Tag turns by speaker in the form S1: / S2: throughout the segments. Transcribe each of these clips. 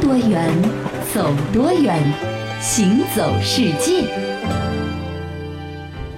S1: 多远，走多远，行走世界。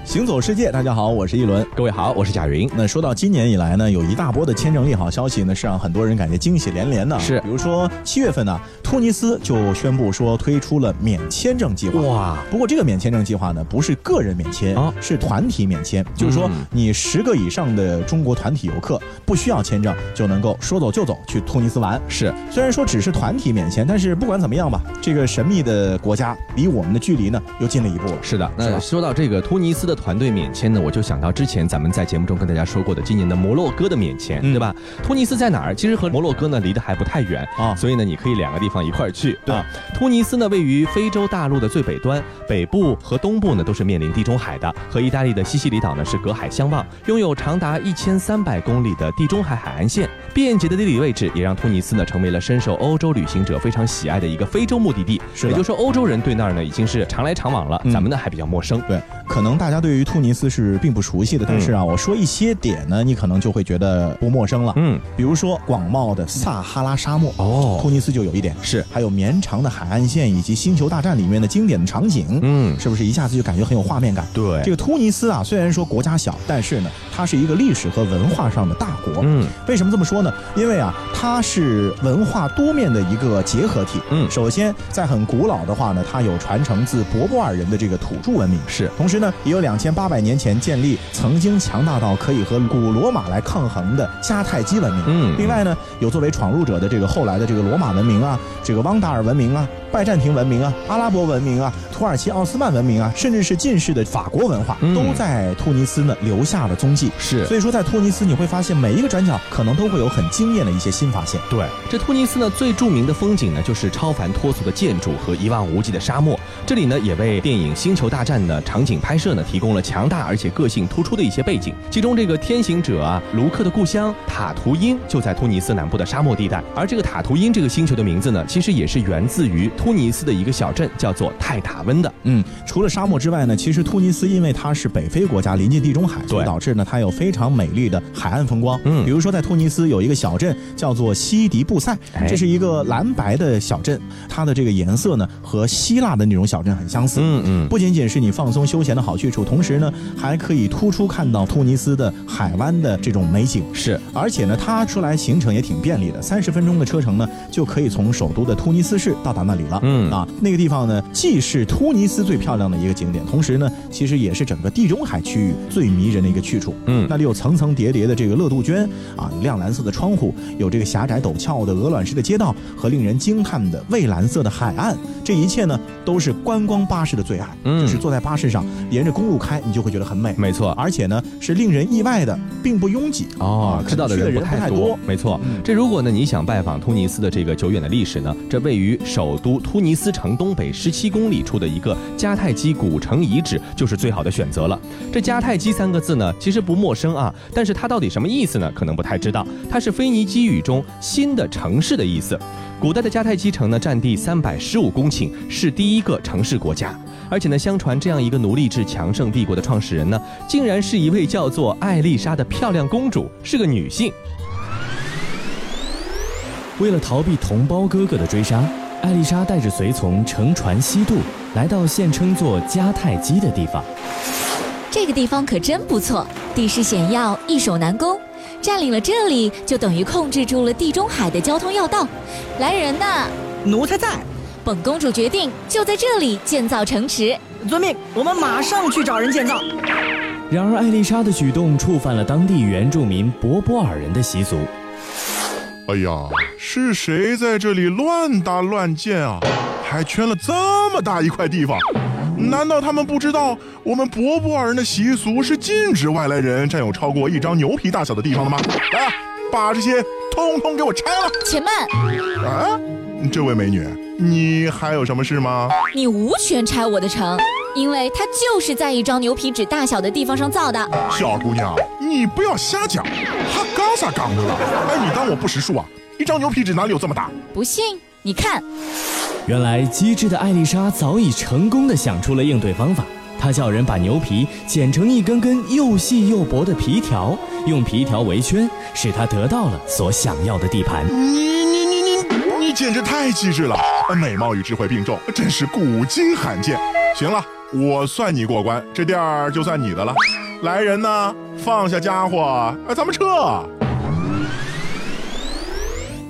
S2: 行走世界，大家好，我是一轮。
S3: 各位好，我是贾云。
S2: 那说到今年以来呢，有一大波的签证利好消息呢，是让很多人感觉惊喜连连的。
S3: 是
S2: 比如说七月份呢，突尼斯就宣布说推出了免签证计划。
S3: 哇，
S2: 不过这个免签证计划呢，不是个人免签，
S3: 啊
S2: 是团体免签，就是说
S3: 嗯
S2: 你十个以上的中国团体游客不需要签证就能够说走就走去突尼斯玩。
S3: 是
S2: 虽然说只是团体免签，但是不管怎么样吧，这个神秘的国家离我们的距离呢又近了一步了。
S3: 是的，啊
S2: 是吧
S3: 那说到这个突尼斯的团队免签呢，我就想到之前咱们在节目中跟大家说过的今年的摩洛哥的免签，
S2: 嗯
S3: 对吧？突尼斯在哪儿？其实和摩洛哥呢离得还不太远
S2: 啊
S3: 所以呢你可以两个地方一块儿去。
S2: 对
S3: 啊，突尼斯呢位于非洲大陆的最北端，北部和东部呢都是面临地中海的，和意大利的西西里岛呢是隔海相望，拥有长达一千三百公里的地中海海岸线。便捷的地理位置也让突尼斯呢成为了深受欧洲旅行者非常喜爱的一个非洲目的地。
S2: 是的
S3: 也就是说欧洲人对那儿呢已经是常来常往了，
S2: 嗯
S3: 咱们呢还比较陌生。
S2: 对，可能大家对于突尼斯是并不熟悉的，但是啊，我说一些点呢，你可能就会觉得不陌生了。
S3: 嗯，
S2: 比如说广袤的撒哈拉沙漠，
S3: 哦
S2: 突尼斯就有一点，
S3: 是，
S2: 还有绵长的海岸线以及《星球大战》里面的经典的场景，
S3: 嗯，
S2: 是不是一下子就感觉很有画面感？
S3: 对
S2: 这个突尼斯啊，虽然说国家小，但是呢，它是一个历史和文化上的大国。
S3: 嗯，
S2: 为什么这么说呢？因为啊，它是文化多面的一个结合体。
S3: 嗯
S2: 首先，在很古老的话呢，它有传承自博博尔人的这个土著文明。
S3: 是
S2: 同时呢，也有两千八百年前建立、曾经强大到可以和古罗马来抗衡的迦太基文明。
S3: 嗯
S2: 另外呢，有作为闯入者的这个后来的这个罗马文明啊，这个汪达尔文明啊，拜占庭文明啊，阿拉伯文明啊，土耳其奥斯曼文明啊，甚至是近世的法国文化，
S3: 嗯
S2: 都在突尼斯呢留下了踪迹。
S3: 是
S2: 所以说，在突尼斯你会发现每一个转角可能都会有很惊艳的一些新发现。
S3: 对，这突尼斯呢最著名的风景呢，就是超凡脱俗的建筑和一望无际的沙漠。这里呢也为电影《星球大战》的场景拍摄呢提供了强大而且个性突出的一些背景。其中这个天行者啊，卢克的故乡塔图因就在突尼斯南部的沙漠地带。而这个塔图因这个星球的名字呢，其实也是源自于突尼斯的一个小镇，叫做泰塔温的。
S2: 嗯，除了沙漠之外呢，其实突尼斯因为它是北非国家，临近地中海，所以导致呢它有非常美丽的海岸风光。
S3: 嗯
S2: 比如说在突尼斯有一个小镇叫做西迪布塞
S3: 哎，
S2: 这是一个蓝白的小镇，它的这个颜色呢和希腊的那种小镇很相似。
S3: 嗯嗯，
S2: 不仅仅是你放松休闲的好去处，同时呢，还可以突出看到突尼斯的海湾的这种美景。
S3: 是。
S2: 而且呢，它出来行程也挺便利的，三十分钟的车程呢，就可以从首都的突尼斯市到达那里了。
S3: 嗯
S2: 啊，那个地方呢，既是突尼斯最漂亮的一个景点，同时呢，其实也是整个地中海区域最迷人的一个去处。
S3: 嗯
S2: 那里有层层叠叠的这个乐杜鹃啊，亮蓝色的窗户，有这个狭窄陡峭的鹅卵石的街道和令人惊叹的蔚蓝色的海岸，这一切呢，都是观光巴士的最爱。
S3: 嗯
S2: 就是坐在巴士上，沿着公路开，你就会觉得很美。
S3: 没错，
S2: 而且呢，是令人意外的，并不拥挤
S3: 哦，
S2: 啊
S3: 知道的
S2: 可能去的
S3: 人
S2: 人
S3: 不
S2: 不太
S3: 太多
S2: 多，
S3: 没错
S2: 嗯。
S3: 这如果呢你想拜访突尼斯的这个久远的历史呢，这位于首都突尼斯城东北十七公里处的一个迦太基古城遗址，就是最好的选择了。这迦太基三个字呢，其实不陌生啊，但是它到底什么意思呢？可能不太知道。它是腓尼基语中新的城市的意思。古代的迦太基城呢，占地三百十五公顷，是第一个城市国家。而且呢，相传这样一个奴隶制强盛帝国的创始人呢，竟然是一位叫做艾丽莎的漂亮公主，是个女性。
S4: 为了逃避同胞哥哥的追杀，艾丽莎带着随从乘船西渡，来到现称作迦太基的地方。
S1: 这个地方可真不错，地势险要，易守难攻。占领了这里，就等于控制住了地中海的交通要道。来人呐，
S5: 奴才在，
S1: 本公主决定就在这里建造城池。
S5: 遵命，我们马上去找人建造。
S4: 然而，艾丽莎的举动触犯了当地原住民博波尔人的习俗。
S6: 哎呀，是谁在这里乱搭乱建啊？还圈了这么大一块地方，难道他们不知道我们博博尔人的习俗是禁止外来人占有超过一张牛皮大小的地方的吗？来，把这些通通给我拆了！
S1: 且慢，
S6: 啊，这位美女，你还有什么事吗？
S1: 你无权拆我的城，因为它就是在一张牛皮纸大小的地方上造的。
S6: 小姑娘，你不要瞎讲，哈嘎啥杠的了？哎，你当我不识数啊？一张牛皮纸哪里有这么大？
S1: 不信你看，
S4: 原来，机智的艾丽莎早已成功地想出了应对方法。她叫人把牛皮剪成一根根又细又薄的皮条，用皮条围圈，使她得到了所想要的地盘。
S6: 你你你你你简直太机智了，美貌与智慧并重，真是古今罕见。行了，我算你过关，这店儿就算你的了。来人呐，放下家伙，哎，咱们撤。
S2: 嗯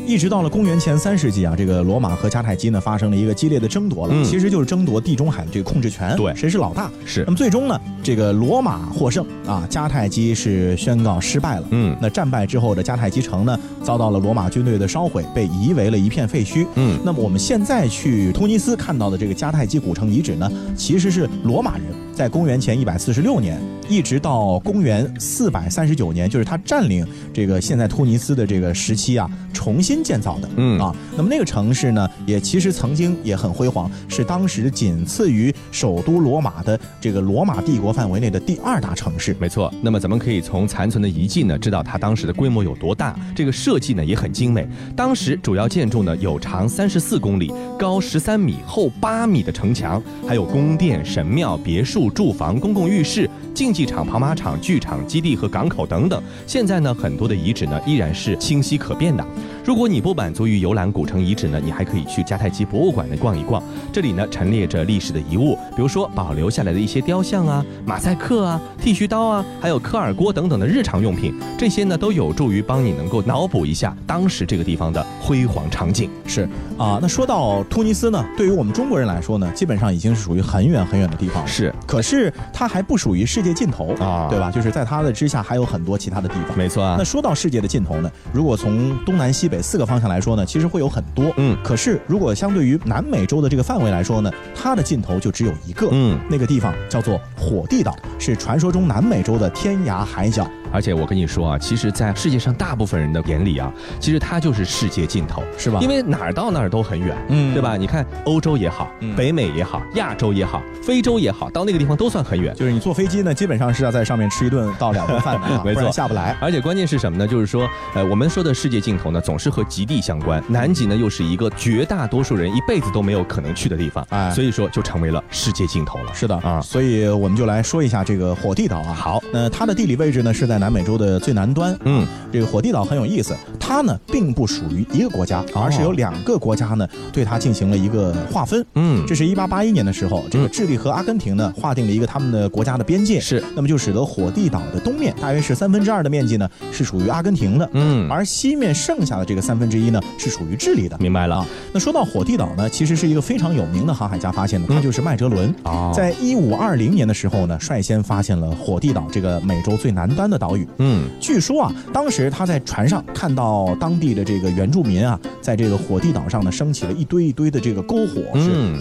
S2: 一直到了公元前三世纪啊，这个罗马和迦太基呢发生了一个激烈的争夺了，
S3: 嗯
S2: 其实就是争夺地中海的这个控制权，
S3: 对
S2: 谁是老大？
S3: 是
S2: 那么最终呢，这个罗马获胜啊，迦太基是宣告失败了。
S3: 嗯
S2: 那战败之后的迦太基城呢，遭到了罗马军队的烧毁，被夷为了一片废墟。
S3: 嗯，
S2: 那么我们现在去突尼斯看到的这个迦太基古城遗址呢，其实是罗马人在公元前一百四十六年，一直到公元四百三十九年，就是他占领这个现在突尼斯的这个时期啊，重新建造的。
S3: 嗯
S2: 啊，那么那个城市呢，也其实曾经也很辉煌，是当时仅次于首都罗马的这个罗马帝国范围内的第二大城市。
S3: 没错，那么咱们可以从残存的遗迹呢，知道它当时的规模有多大，这个设计呢也很精美。当时主要建筑呢有长三十四公里、高十三米、厚八米的城墙，还有宫殿、神庙、别墅、住房、公共浴室、竞技场、跑马场、剧场、基地和港口等等。现在呢，很多的遗址呢依然是清晰可辨的。如果你不满足于游览古城遗址呢，你还可以去迦太基博物馆呢逛一逛。这里呢陈列着历史的遗物，比如说保留下来的一些雕像啊、马赛克啊、剃须刀啊，还有科尔锅等等的日常用品，这些呢都有助于帮你能够脑补一下当时这个地方的辉煌场景。
S2: 是啊，那说到突尼斯呢，对于我们中国人来说呢，基本上已经是属于很远很远的地方了。
S3: 是
S2: 可是它还不属于世界尽头
S3: 啊
S2: 对吧？就是在它的之下还有很多其他的地方。
S3: 没错啊
S2: 那，说到世界的尽头呢，如果从东南西北四个方向来说呢，其实会有很多。
S3: 嗯
S2: 可是如果相对于南美洲的这个范围来说呢，它的尽头就只有一个。
S3: 嗯
S2: 那个地方叫做火地岛，是传说中南美洲的天涯海角。
S3: 而且我跟你说啊，其实，在世界上大部分人的眼里啊，其实它就是世界尽头，
S2: 是吧
S3: 因为哪儿到哪儿都很远，
S2: 嗯
S3: 对吧？你看欧洲也好，
S2: 嗯
S3: 北美也好，亚洲也好，非洲也好，到那个地方都算很远。
S2: 就是你坐飞机呢，基本上是要在上面吃一顿到两顿饭的、啊，
S3: 没错
S2: 不然下不来。
S3: 而且关键是什么呢？就是说，呃，我们说的世界尽头呢，总是和极地相关。南极呢，又是一个绝大多数人一辈子都没有可能去的地方，
S2: 哎
S3: 所以说就成为了世界尽头了。
S2: 是的
S3: 啊
S2: 所以我们就来说一下这个火地岛啊。
S3: 好，
S2: 那它的地理位置呢是在南美洲的最南端。
S3: 嗯，
S2: 这个火地岛很有意思，它呢并不属于一个国家，
S3: 哦
S2: 而是有两个国家呢对它进行了一个划分。
S3: 嗯
S2: 这是一八八一年的时候，这个智利和阿根廷呢划定了一个他们的国家的边界，
S3: 是，
S2: 那么就使得火地岛的东面大约是三分之二的面积呢是属于阿根廷的，
S3: 嗯，
S2: 而西面剩下的这个三分之一呢是属于智利的。
S3: 明白了
S2: 啊。那说到火地岛呢，其实是一个非常有名的航海家发现的，他就是麦哲伦。
S3: 哦
S2: 在一五二零年的时候呢，率先发现了火地岛这个美洲最南端的岛屿。
S3: 嗯，
S2: 据说啊，当时他在船上看到当地的这个原住民啊，在这个火地岛上呢，升起了一堆一堆的这个篝火，
S3: 嗯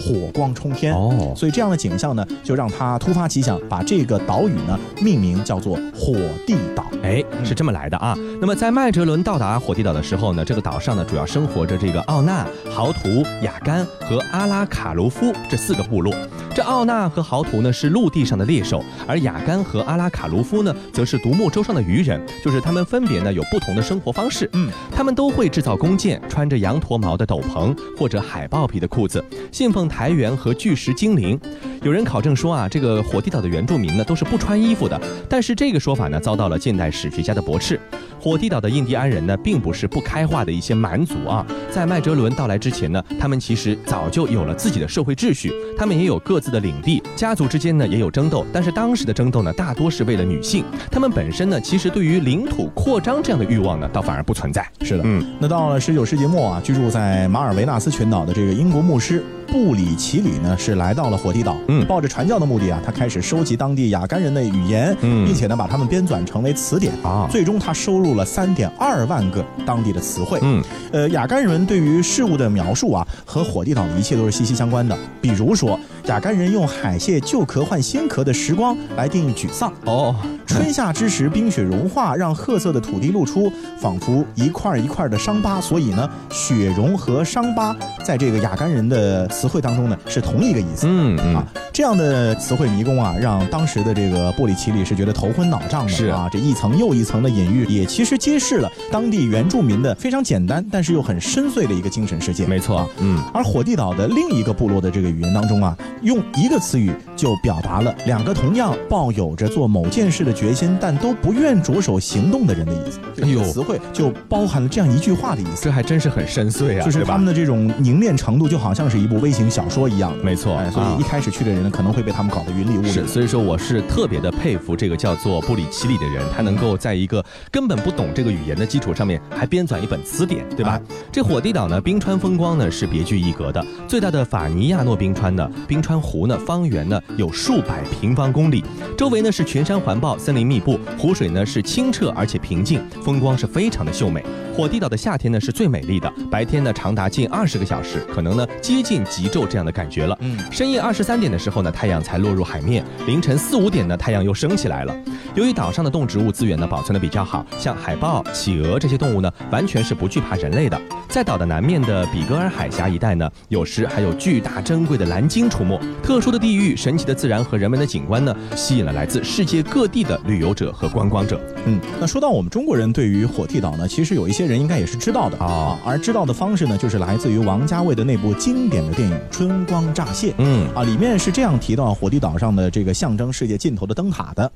S2: 是火光冲天。
S3: 哦，
S2: 所以这样的景象呢，就让他突发奇想，把这个岛屿呢命名叫做火地岛。
S3: 哎，是这么来的啊。那么在麦哲伦到达火地岛的时候呢，这个岛上呢主要生活着这个奥纳、豪图、雅干和阿拉卡卢夫这四个部落。这奥纳和豪图呢是陆地上的猎手，而雅干和阿拉卡卢夫呢则是独木舟上的渔人，就是他们分别呢有不同的生活方式。
S2: 嗯，
S3: 他们都会制造弓箭，穿着羊驼毛的斗篷或者海豹皮的裤子，信奉苔原和巨石精灵。有人考证说啊，这个火地岛的原住民呢都是不穿衣服的，但是这个说法呢遭到了近代史学家的驳斥。火地岛的印第安人呢并不是不开化的一些蛮族啊，在麦哲伦到来之前呢，他们其实早就有了自己的社会秩序，他们也有各自的领地，家族之间呢也有争斗，但是当时的争斗呢大多是为了女性，他们本身呢其实对于领土扩张这样的欲望呢倒反而不存在。
S2: 是的，
S3: 嗯，
S2: 那到了十九世纪末啊，居住在马尔维纳斯群岛的这个英国牧师布里奇里呢，是来到了火地岛，
S3: 嗯
S2: 抱着传教的目的啊，他开始收集当地雅干人的语言，
S3: 嗯
S2: 并且呢把它们编纂成为词典。
S3: 啊
S2: 最终，他收录了三点二万个当地的词汇。
S3: 嗯，
S2: 呃，雅干人对于事物的描述啊，和火地岛的一切都是息息相关的。比如说，雅干人用海蟹旧壳换新壳的时光来定义沮丧，
S3: 哦，
S2: 春夏之时，冰雪融化，让褐色的土地露出，仿佛一块一块的伤疤。所以呢，雪融和伤疤在这个雅干人的词汇当中呢，是同一个意思。
S3: 嗯嗯
S2: 啊，这样的词汇迷宫啊，让当时的这个波里奇里是觉得头昏脑胀的
S3: 是
S2: 啊。这一层又一层的隐喻，也其实揭示了当地原住民的非常简单，但是又很深邃的一个精神世界。
S3: 没错
S2: 啊，
S3: 嗯，
S2: 而火地岛的另一个部落的这个语言当中啊，用一个词语就表达了两个同样抱有着做某件事的决心，但都不愿着手行动的人的意思。
S3: 哎呦
S2: 这个词汇就包含了这样一句话的意思，
S3: 这还真是很深邃啊，
S2: 就是
S3: 对
S2: 他
S3: 吧
S2: 们？的这种凝练程度，就好像是一部微型小说一样的。
S3: 没错，啊
S2: 哎，所以一开始去的人呢，可能会被他们搞得云里雾里
S3: 是，
S2: 的。
S3: 所以说我是特别的佩服这个叫做布里奇里的人，他能够在一个根本不懂这个语言的基础上面，还编纂一本词典，对吧？
S2: 啊
S3: 这火地岛呢，冰川风光呢是别具一格的，最大的法尼亚诺冰川呢，冰川湖呢，方圆呢有数百平方公里，周围呢是群山环抱，森林密布，湖水呢是清澈而且平静，风光是非常的秀美。火地岛的夏天呢是最美丽的，白天呢长达近二十个小时，可能呢接近极昼这样的感觉了。
S2: 嗯，
S3: 深夜二十三点的时候呢，太阳才落入海面；凌晨四五点呢，太阳又升起来了。由于岛上的动植物资源呢保存的比较好，像海豹、企鹅这些动物呢，完全是不惧怕人类的。在岛的南面的比格尔海峡一带呢，有时还有巨大珍贵的蓝鲸出没。特殊的地域、神奇的自然和人文的景观呢，吸引了来自世界各地的旅游者和观光者。
S2: 嗯，那说到我们中国人对于火地岛呢，其实有一些人应该也是知道的啊
S3: 哦
S2: 而知道的方式呢，就是来自于王家卫的那部经典的电影《春光乍泄》。
S3: 嗯，
S2: 啊，里面是这样提到火地岛上的这个象征世界尽头的灯塔的。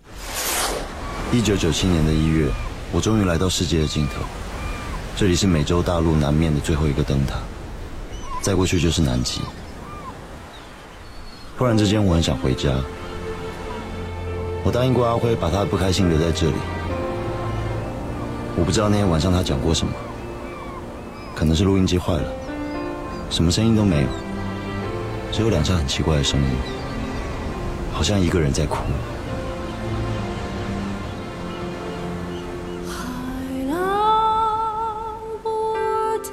S7: 一九九七年的一月，我终于来到世界的尽头。这里是美洲大陆南面的最后一个灯塔，再过去就是南极。突然之间，我很想回家。我答应过阿辉，把他的不开心留在这里。我不知道那天晚上他讲过什么，可能是录音机坏了，什么声音都没有，只有两下很奇怪的声音，好像一个人在哭。
S8: 海浪不停，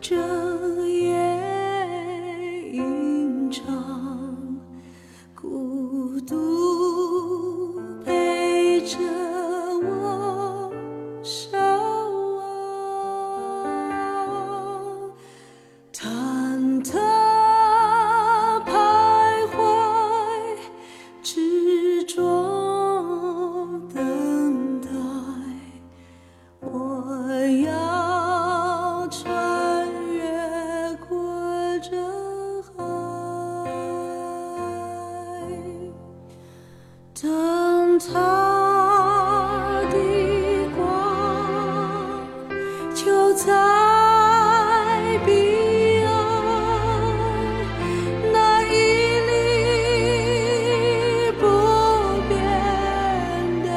S8: 整夜吟唱，孤独陪着我守望。啊忐忑徘徊，执着等待。我要穿越过这海。灯塔的光就在彼岸，那屹立不变的爱。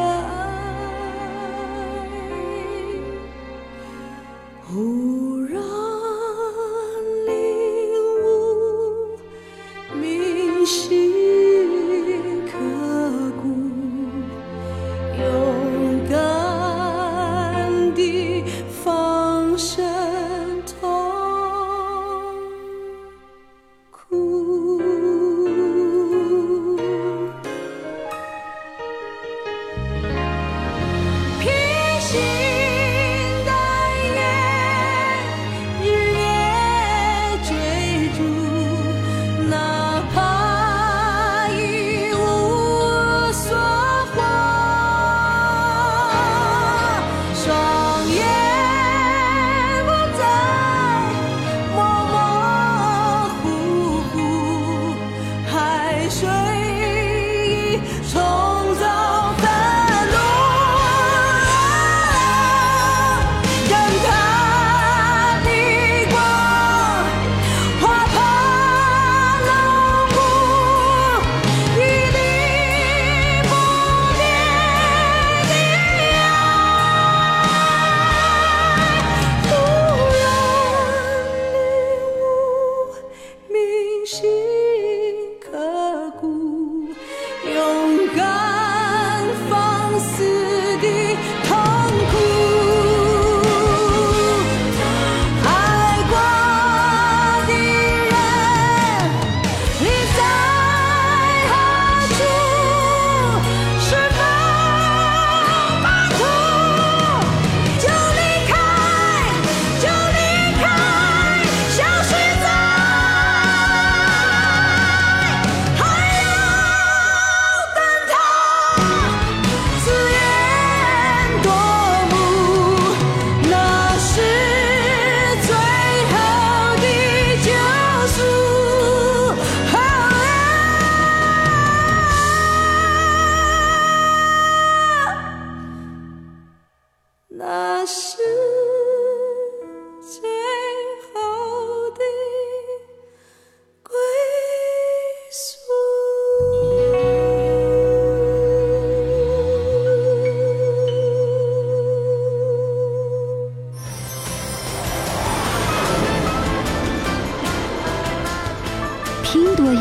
S8: 忽然领悟，铭心刻骨，勇敢地放声痛哭。披星戴月，日夜追逐，哪怕一无所获，双眼不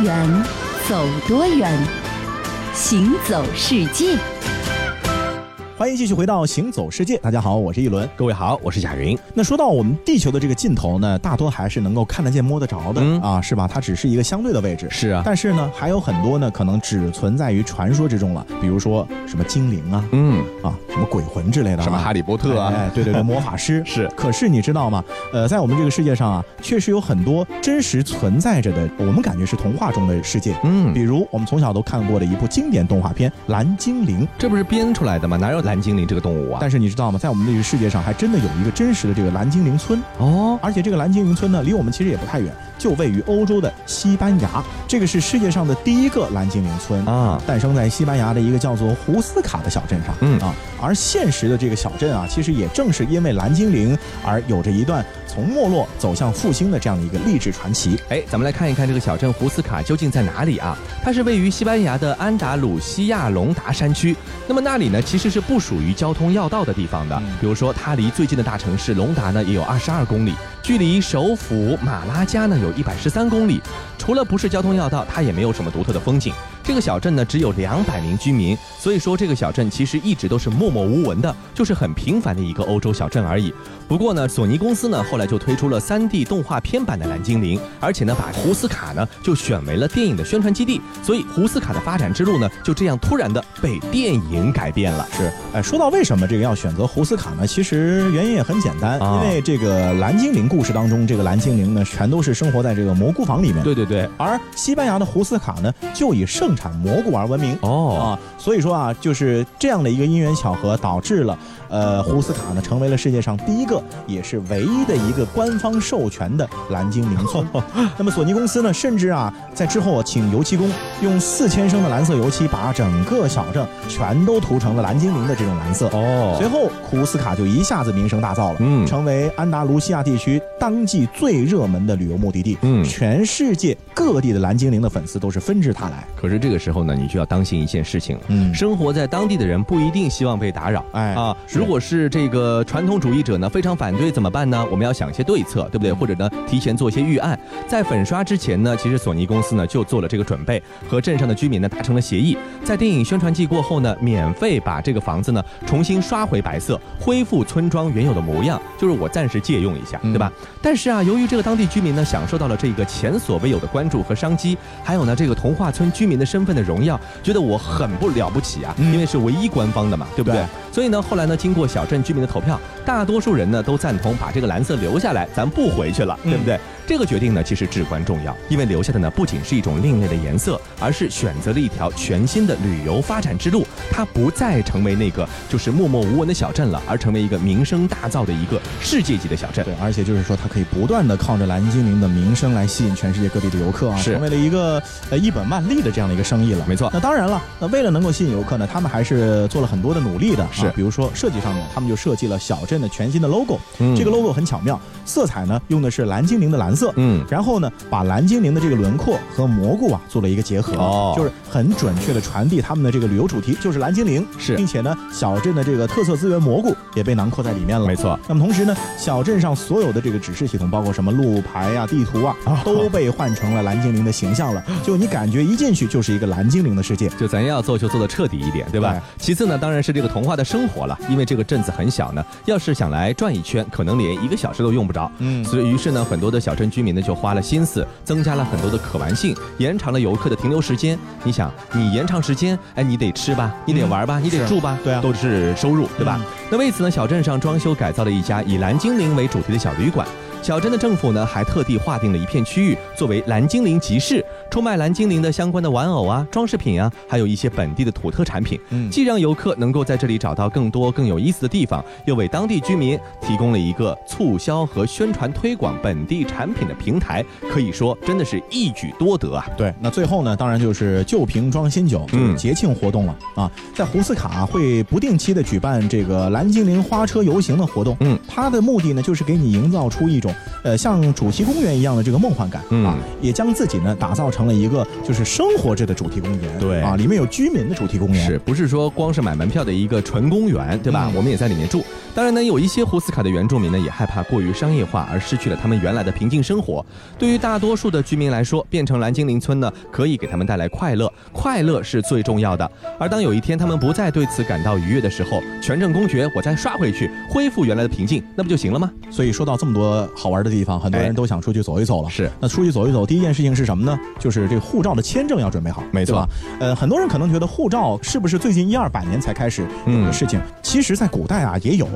S8: 远，走多远，行走世界。
S2: 欢迎继续回到《行走世界》，大家好，我是一轮。
S3: 各位好，我是贾云。
S2: 那说到我们地球的这个尽头呢，大多还是能够看得见、摸得着的、
S3: 嗯
S2: 啊，是吧？它只是一个相对的位置。
S3: 是啊，
S2: 但是呢，还有很多呢，可能只存在于传说之中了，比如说什么精灵啊，
S3: 嗯，
S2: 啊，什么鬼魂之类的、啊，
S3: 什么哈利波特啊，
S2: 哎，对对对，魔法师
S3: 是
S2: 可是你知道吗？呃，在我们这个世界上啊，确实有很多真实存在着的，我们感觉是童话中的世界。
S3: 嗯
S2: 比，如我们从小都看过的一部经典动画片《蓝精灵》，
S3: 这不是编出来的吗？哪有蓝精灵这个动物啊？
S2: 但是你知道吗？在我们这个世界上，还真的有一个真实的这个蓝精灵村。
S3: 哦，
S2: 而且这个蓝精灵村呢，离我们其实也不太远，就位于欧洲的西班牙。这个是世界上的第一个蓝精灵村，
S3: 啊，
S2: 诞生在西班牙的一个叫做胡斯卡的小镇上。
S3: 嗯
S2: 啊，而现实的这个小镇啊，其实也正是因为蓝精灵而有着一段从没落走向复兴的这样的一个励志传奇。
S3: 哎，咱们来看一看这个小镇胡斯卡究竟在哪里啊？它是位于西班牙的安达鲁西亚隆达山区。那么那里呢，其实是不属于交通要道的地方的
S2: 嗯。
S3: 比如说，它离最近的大城市隆达呢也有二十二公里，距离首府马拉加呢有一百十三公里。除了不是交通要道，它也没有什么独特的风景。这个小镇呢只有两百名居民，所以说这个小镇其实一直都是默默无闻的，就是很平凡的一个欧洲小镇而已。不过呢，索尼公司呢后来就推出了 3D 动画片版的蓝精灵，而且呢把胡斯卡呢就选为了电影的宣传基地，所以胡斯卡的发展之路呢就这样突然的被电影改变了。
S2: 是，哎，说到为什么这个要选择胡斯卡呢？其实原因也很简单，
S3: 啊
S2: 因为这个蓝精灵故事当中，这个蓝精灵呢，全都是生活在这个蘑菇房里面。
S3: 对对对，
S2: 而西班牙的胡斯卡呢，就以盛产蘑菇而闻名。
S3: 哦，
S2: 啊，所以说啊，就是这样的一个因缘巧合，导致了，呃，胡斯卡呢成为了世界上第一个，也是唯一的一个官方授权的蓝精灵 村。那么索尼公司呢，甚至啊，在之后请油漆工用四千升的蓝色油漆，把整个小镇全都涂成了蓝精灵的这种蓝色。随
S3: 哦，
S2: 后，胡斯卡就一下子名声大噪了，
S3: 嗯
S2: 成为安达卢西亚地区当季最热门的旅游目的地。
S3: 嗯
S2: 全世界各地的蓝精灵的粉丝都是纷至沓来。
S3: 可是这个时候呢，你就要当心一件事情了。
S2: 嗯
S3: 生活在当地的人不一定希望被打扰，
S2: 哎
S3: 啊，
S2: 是
S3: 如果是这个传统主义者呢，非常反对怎么办呢？我们要想一些对策，对不
S2: 嗯
S3: 对？或者呢，提前做一些预案。在粉刷之前呢，其实索尼公司呢就做了这个准备，和镇上的居民呢达成了协议，在电影宣传季过后呢，免费把这个房子呢重新刷回白色，恢复村庄原有的模样，就是我暂时借用一下，对吧？但是啊，由于这个当地居民呢享受到了这个前所未有的关注和商机，还有呢这个童话村居民的身份的荣耀，觉得我很不了不起啊，因为是唯一官方的嘛，对不对？
S2: 对
S3: 所以呢，后来呢，经过小镇居民的投票，大多数人呢都赞同把这个蓝色留下来，咱不回去了，对不对？这个决定呢，其实至关重要，因为留下的呢不仅是一种另类的颜色，而是选择了一条全新的旅游发展之路。它不再成为那个就是默默无闻的小镇了，而成为一个名声大噪的一个世界级的小镇。
S2: 对，而且就是说，它可以不断的靠着蓝精灵的名声来吸引全世界各地的游客啊，
S3: 是
S2: 成为了一个呃一本万利的这样的一个生意了。
S3: 没错
S2: 那当然了，那为了能够吸引游客呢，他们还是做了很多的努力的啊，
S3: 是
S2: 比如说设计上面，他们就设计了小镇的全新的 logo，、
S3: 嗯
S2: 这个 logo 很巧妙，色彩呢用的是蓝精灵的蓝色。
S3: 嗯，
S2: 然后呢，把蓝精灵的这个轮廓和蘑菇啊做了一个结合，
S3: 哦
S2: 就是很准确的传递他们的这个旅游主题，就是蓝精灵，
S3: 是
S2: 并且呢，小镇的这个特色资源蘑菇也被囊括在里面了。
S3: 没错。
S2: 那么同时呢，小镇上所有的这个指示系统，包括什么路牌呀、地图 啊，
S3: 哦
S2: 都被换成了蓝精灵的形象了。就你感觉一进去就是一个蓝精灵的世界。
S3: 就咱要做就做的彻底一点，对吧？
S2: 对
S3: 其次呢，当然是这个童话的生活了，因为这个镇子很小呢，要是想来转一圈，可能连一个小时都用不着。
S2: 嗯
S3: 所以于是呢，很多的小镇居民呢就花了心思，增加了很多的可玩性，延长了游客的停留时间。你想，你延长时间，哎，你得吃吧，你得玩吧，你
S2: 嗯
S3: 得
S2: 是
S3: 住吧，
S2: 对啊
S3: 都是收入，对吧？
S2: 嗯
S3: 那为此呢，小镇上装修改造了一家以蓝精灵为主题的小旅馆。小镇的政府呢，还特地划定了一片区域作为蓝精灵集市，出卖蓝精灵的相关的玩偶啊、装饰品啊，还有一些本地的土特产品。
S2: 嗯
S3: 既让游客能够在这里找到更多更有意思的地方，又为当地居民提供了一个促销和宣传推广本地产品的平台，可以说真的是一举多得啊！
S2: 对，那最后呢，当然就是旧瓶装新酒，就
S3: 嗯
S2: 是节庆活动了、啊。在胡斯卡啊、会不定期的举办这个蓝精灵花车游行的活动，
S3: 嗯，
S2: 它的目的呢，就是给你营造出一种种呃像主题公园一样的这个梦幻感、
S3: 嗯
S2: 啊，也将自己呢打造成了一个就是生活制的主题公园，
S3: 对
S2: 啊，里面有居民的主题公园，
S3: 是不是说光是买门票的一个纯公园，对吧？
S2: 嗯
S3: 我们也在里面住。当然呢，有一些胡斯卡的原住民呢，也害怕过于商业化而失去了他们原来的平静生活。对于大多数的居民来说，变成蓝精灵村呢，可以给他们带来快乐，快乐是最重要的。而当有一天他们不再对此感到愉悦的时候，全镇公爵我再刷回去，恢复原来的平静，那不就行了吗？
S2: 所以说到这么多好玩的地方，很多人
S3: 哎
S2: 都想出去走一走了。
S3: 是
S2: 那出去走一走，第一件事情是什么呢？就是这个护照的签证要准备好，
S3: 没错
S2: 对吧。呃，很多人可能觉得护照是不是最近一二百年才开始有
S3: 嗯
S2: 的事情？其实，在古代啊也有。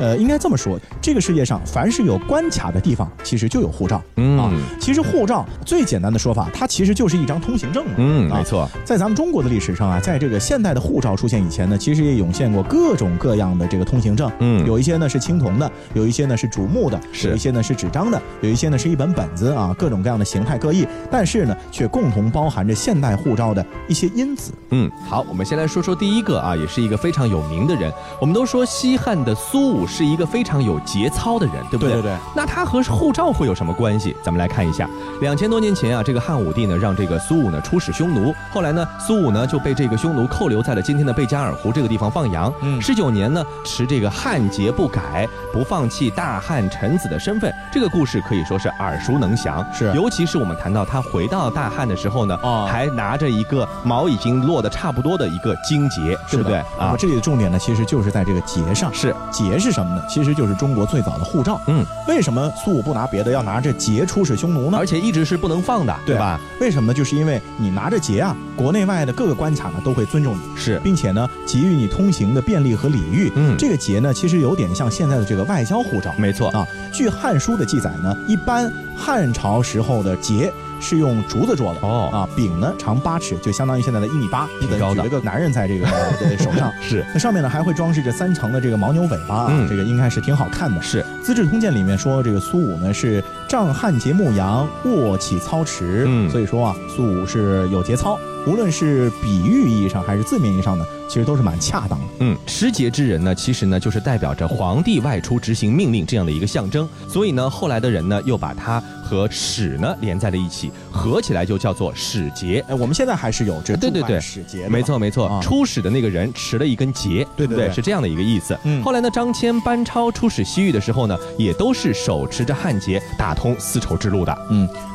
S2: 呃，应该这么说，这个世界上凡是有关卡的地方，其实就有护照。
S3: 嗯
S2: 啊，其实护照最简单的说法，它其实就是一张通行证嘛。
S3: 嗯，
S2: 啊
S3: 没错，
S2: 在咱们中国的历史上啊，在这个现代的护照出现以前呢，其实也涌现过各种各样的这个通行证。
S3: 嗯
S2: 有一些呢是青铜的，有一些呢是竹木的，
S3: 是
S2: 有一些呢是纸张的，有一些呢是一本本子啊，各种各样的形态各异，但是呢却共同包含着现代护照的一些因子。
S3: 嗯，好，我们先来说说第一个啊，也是一个非常有名的人。我们都说西汉的苏武是一个非常有节操的人，对不对？
S2: 对对对
S3: 那他和护照会有什么关系？咱们来看一下，两千多年前啊，这个汉武帝呢让这个苏武呢出使匈奴，后来呢苏武呢就被这个匈奴扣留在了今天的贝加尔湖这个地方放羊。
S2: 嗯
S3: 十九年呢持这个汉节不改，不放弃大汉臣子的身份，这个故事可以说是耳熟能详。
S2: 是
S3: 尤其是我们谈到他回到大汉的时候呢，
S2: 哦
S3: 还拿着一个毛已经落得差不多的一个荆节，对不对
S2: 是的那么
S3: 啊？
S2: 这里的重点呢，其实就是在这个节上。
S3: 是，
S2: 节是什么呢？其实就是中国最早的护照。
S3: 嗯，
S2: 为什么苏武不拿别的，要拿着节出使匈奴呢？
S3: 而且一直是不能放的，
S2: 对
S3: 吧？
S2: 为什么呢？就是因为你拿着节啊，国内外的各个关卡呢都会尊重你，
S3: 是，
S2: 并且呢给予你通行的便利和礼遇。
S3: 嗯
S2: 这个节呢其实有点像现在的这个外交护照。
S3: 没错，
S2: 啊，据《汉书》的记载呢，一般汉朝时候的节是用竹子做的
S3: 哦
S2: 啊，柄呢长八尺，就相当于现在的一米八，
S3: 挺高的
S2: 举了个男人在这个呃手上。
S3: 是
S2: 那上面呢还会装饰着三层的这个牦牛尾巴、啊，
S3: 嗯
S2: 这个应该是挺好看的。
S3: 是，
S2: 《资治通鉴》里面说，这个苏武呢是仗汉节牧羊，卧起操持，
S3: 嗯
S2: 所以说啊，苏武是有节操。无论是比喻意义上还是字面意义上呢，其实都是蛮恰当的。
S3: 嗯，持节之人呢，其实呢就是代表着皇帝外出执行命令这样的一个象征，所以呢，后来的人呢又把它和使呢连在了一起，合起来就叫做使节。
S2: 哎，我们现在还是有这
S3: 对对对
S2: 使节的，
S3: 没错没错，
S2: 啊
S3: 出使的那个人持了一根节，
S2: 对对
S3: 不
S2: 对
S3: 是这样的一个意思。
S2: 嗯
S3: 后来呢，张骞、班超出使西域的时候呢，也都是手持着汉节，打通丝绸之路的。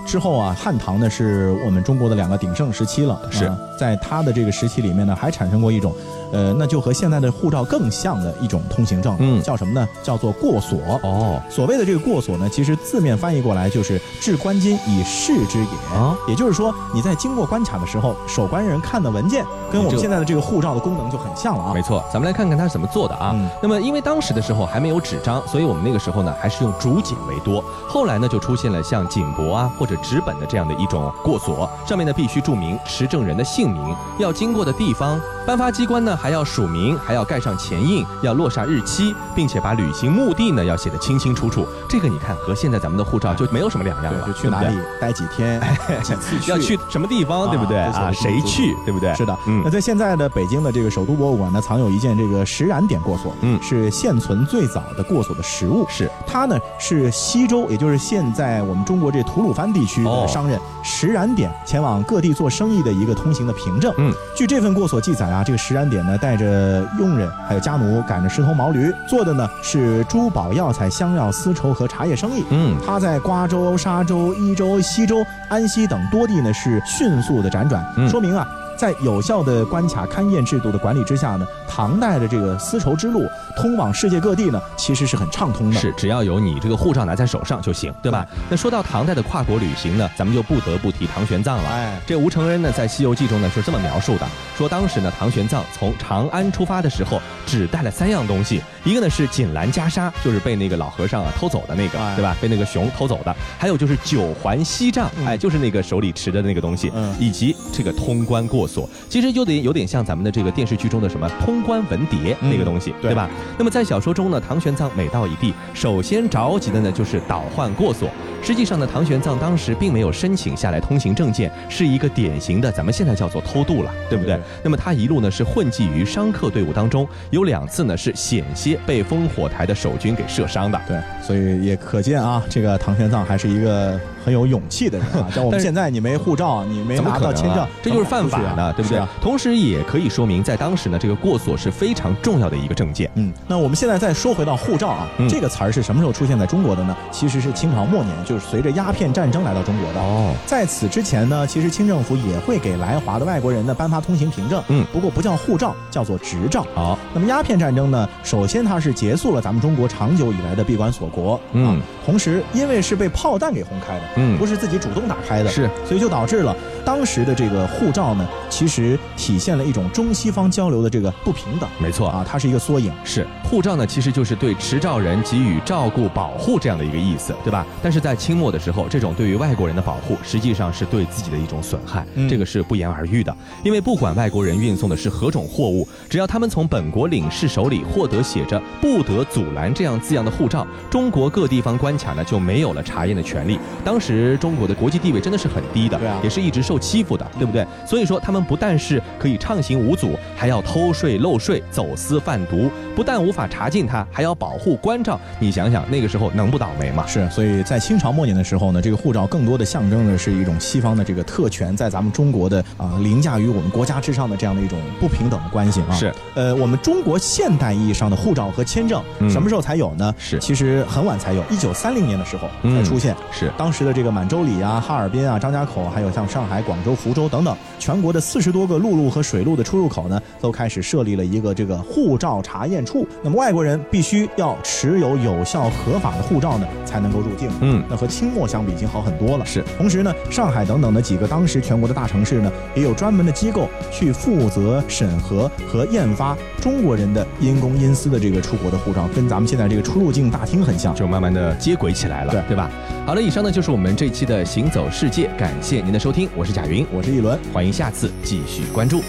S2: 之后啊，汉唐呢是我们中国的两个鼎盛时期了。
S3: 是
S2: 啊在它的这个时期里面呢，还产生过一种，呃，那就和现在的护照更像的一种通行证，
S3: 嗯
S2: 叫什么呢？叫做过所。
S3: 哦，
S2: 所谓的这个过所呢，其实字面翻译过来就是“置官金以示之也”
S3: 啊
S2: 也就是说你在经过关卡的时候，守关人看的文件跟我
S3: 这
S2: 们现在的这个护照的功能就很像了啊
S3: 没。错，咱们来看看它是怎么做的啊。
S2: 嗯
S3: 那么，因为当时的时候还没有纸张，所以我们那个时候呢还是用竹简为多。后来呢就出现了像锦帛啊或者纸本的这样的一种过所，上面呢必须注明持证人的姓名、要经过的地方，颁发机关呢还要署名，还要盖上前印，要落上日期，并且把旅行目的呢要写得清清楚楚。这个你看和现在咱们的护照就没有什么两样了，
S2: 对，就去
S3: 对不
S2: 哪
S3: 对
S2: 里待几 天，几次去，
S3: 要去什么地方，对不对
S2: 啊
S3: 啊？
S2: 这些都
S3: 谁
S2: 是
S3: 去，对不对？
S2: 是的，
S3: 嗯
S2: 那在现在的北京的这个首都博物馆呢，藏有一件这个石染点过所，
S3: 嗯
S2: 是现存最早的过所的实物。
S3: 是，
S2: 它呢是西周，也就是现在我们中国这吐鲁番地区
S3: 哦
S2: 的商人石染点前往各地做生意的一个通行的凭证。
S3: 嗯，
S2: 据这份过所记载啊，这个石染点呢带着佣人还有家奴，赶着十头毛驴，做的呢是珠宝、药材、香料、丝绸和茶叶生意。
S3: 嗯。
S2: 他在瓜州、沙州、伊州、西州、安西等多地呢是迅速的辗转，
S3: 嗯
S2: 说明啊，在有效的关卡勘验制度的管理之下呢，唐代的这个丝绸之路通往世界各地呢，其实是很畅通的。
S3: 是，只要有你这个护照拿在手上就行，对吧？那说到唐代的跨国旅行呢，咱们就不得不提唐玄奘了。
S2: 哎，
S3: 这吴承恩呢，在《西游记》中呢是这么描述的：说当时呢，唐玄奘从长安出发的时候，只带了三样东西，一个呢是锦兰袈裟，就是被那个老和尚啊偷走的那个，
S2: 哎
S3: 对吧？被那个熊偷走的；还有就是九环锡杖，
S2: 嗯
S3: 哎，就是那个手里持的那个东西，
S2: 嗯
S3: 以及这个通关过索，其实有点有点像咱们的这个电视剧中的什么通关文牒
S2: 嗯
S3: 那个东西，
S2: 对
S3: 对吧？那么在小说中呢，唐玄奘每到一地，首先着急的呢就是倒换过所。实际上呢，唐玄奘当时并没有申请下来通行证件，是一个典型的咱们现在叫做偷渡了，对不对？
S2: 对
S3: 那么他一路呢是混迹于商客队伍当中，有两次呢是险些被烽火台的守军给射伤的。
S2: 对，所以也可见啊，这个唐玄奘还是一个很有勇气的人 啊。像我们
S3: 但是
S2: 现在你没护照，你没
S3: 怎么
S2: 拿
S3: 可能
S2: 到
S3: 啊
S2: 签证，
S3: 这就是犯法
S2: 怎么
S3: 的，
S2: 敢出去啊
S3: 对不对？
S2: 是啊
S3: 同时也可以说明，在当时呢，这个过所是非常重要的一个证件。
S2: 嗯，那我们现在再说回到护照啊，
S3: 嗯
S2: 这个词儿是什么时候出现在中国的呢？其实是清朝末年，就是随着鸦片战争来到中国的。
S3: 哦，
S2: 在此之前呢，其实清政府也会给来华的外国人呢颁发通行凭证，
S3: 嗯
S2: 不过不叫护照，叫做执照。
S3: 好，
S2: 那么鸦片战争呢，首先它是结束了咱们中国长久以来的闭关锁国，
S3: 嗯
S2: 啊，同时因为是被炮弹给轰开的，
S3: 嗯
S2: 不是自己主动打开的，
S3: 是，
S2: 所以就导致了当时的这个护照呢，其实体现了一种中西方交流的这个不平等
S3: 没错
S2: 啊，它是一个缩影。
S3: 是护照呢，其实就是对持照人给予照顾、保护这样的一个意思，对吧？但是在清末的时候，这种对于外国人的保护，实际上是对自己的一种损害，
S2: 嗯
S3: 这个是不言而喻的。因为不管外国人运送的是何种货物，只要他们从本国领事手里获得写着“不得阻拦”这样字样的护照，中国各地方关卡呢就没有了查验的权利。当时中国的国际地位真的是很低的，
S2: 对啊
S3: 也是一直受欺负的，对不对？所以说他们不但是可以畅行无阻，还要偷税漏税、走私贩毒，不但无法查禁他，还要保护关照。你想想那个时候能不倒霉吗？
S2: 是，所以在清朝末年的时候呢，这个护照更多的象征的是一种西方的这个特权在咱们中国的啊、凌驾于我们国家之上的这样的一种不平等的关系啊。
S3: 是，
S2: 呃，我们中国现代意义上的护照和签证
S3: 嗯
S2: 什么时候才有呢？
S3: 是
S2: 其实很晚才有，一九三零年的时候才
S3: 嗯
S2: 出现。
S3: 是
S2: 当时的这个满洲里啊、哈尔滨啊、张家口，还有像上海、广州、福州等等，全国的四十多个陆路和水路的出入口呢，都开始设立了一个这个护照查验处。那么外国人必须要持有有效合法的护照呢，才能够入境。
S3: 嗯，
S2: 那和清末相比已经好很多了。
S3: 是，
S2: 同时呢，上海等等的几个当时全国的大城市呢，也有专门的机构去负责审核和验发中国人的因公因私的这个出国的护照，跟咱们现在这个出入境大厅很像。
S3: 就慢慢的接轨起来了，
S2: 对
S3: 对吧？好了，以上呢就是我们这一期的《行走世界》，感谢您的收听，我是贾云，
S2: 我是一轮。
S3: 欢迎下次继续关注。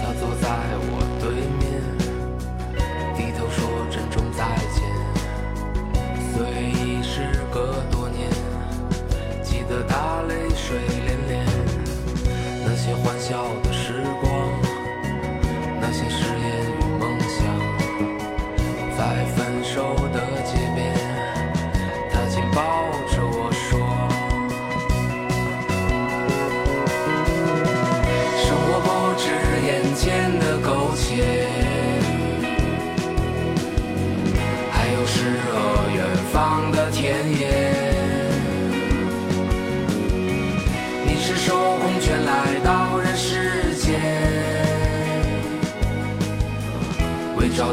S9: 他坐在我对面，低头说珍重再见。虽已时隔多年，记得他泪水涟涟。那些欢笑的时光，那些誓言与梦想，在分手的街边，他紧抱着我说。生活不止眼前的苟且，还有诗和远方的田野。你是手空拳来到人世间，为找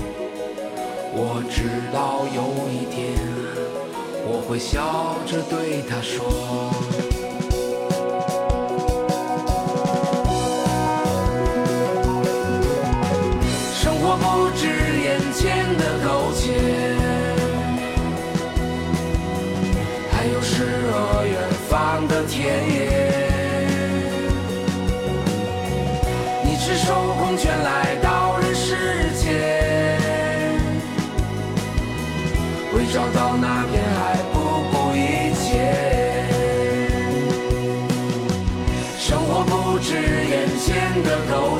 S9: 我知道有一天，我会笑着对他说。生活不止眼前的苟且，还有诗和远方的田野。你赤手空拳来到人世间，为找到那片海不顾一切。生活不止眼前的苟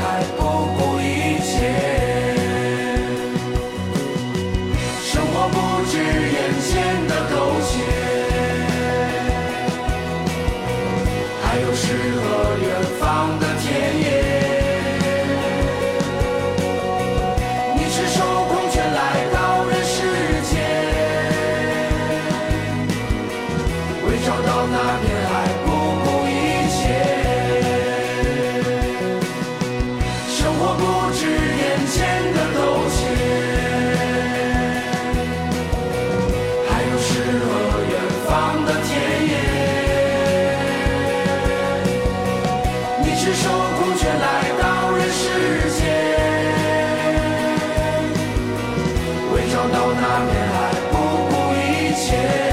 S9: 海不顾一切。生活不止眼前的苟且，还有诗和远方的那边还不顾一切。生活不止眼前的苟且，还有诗和远方的田野。你赤手空拳来到人世间，为找到那片海不顾一切。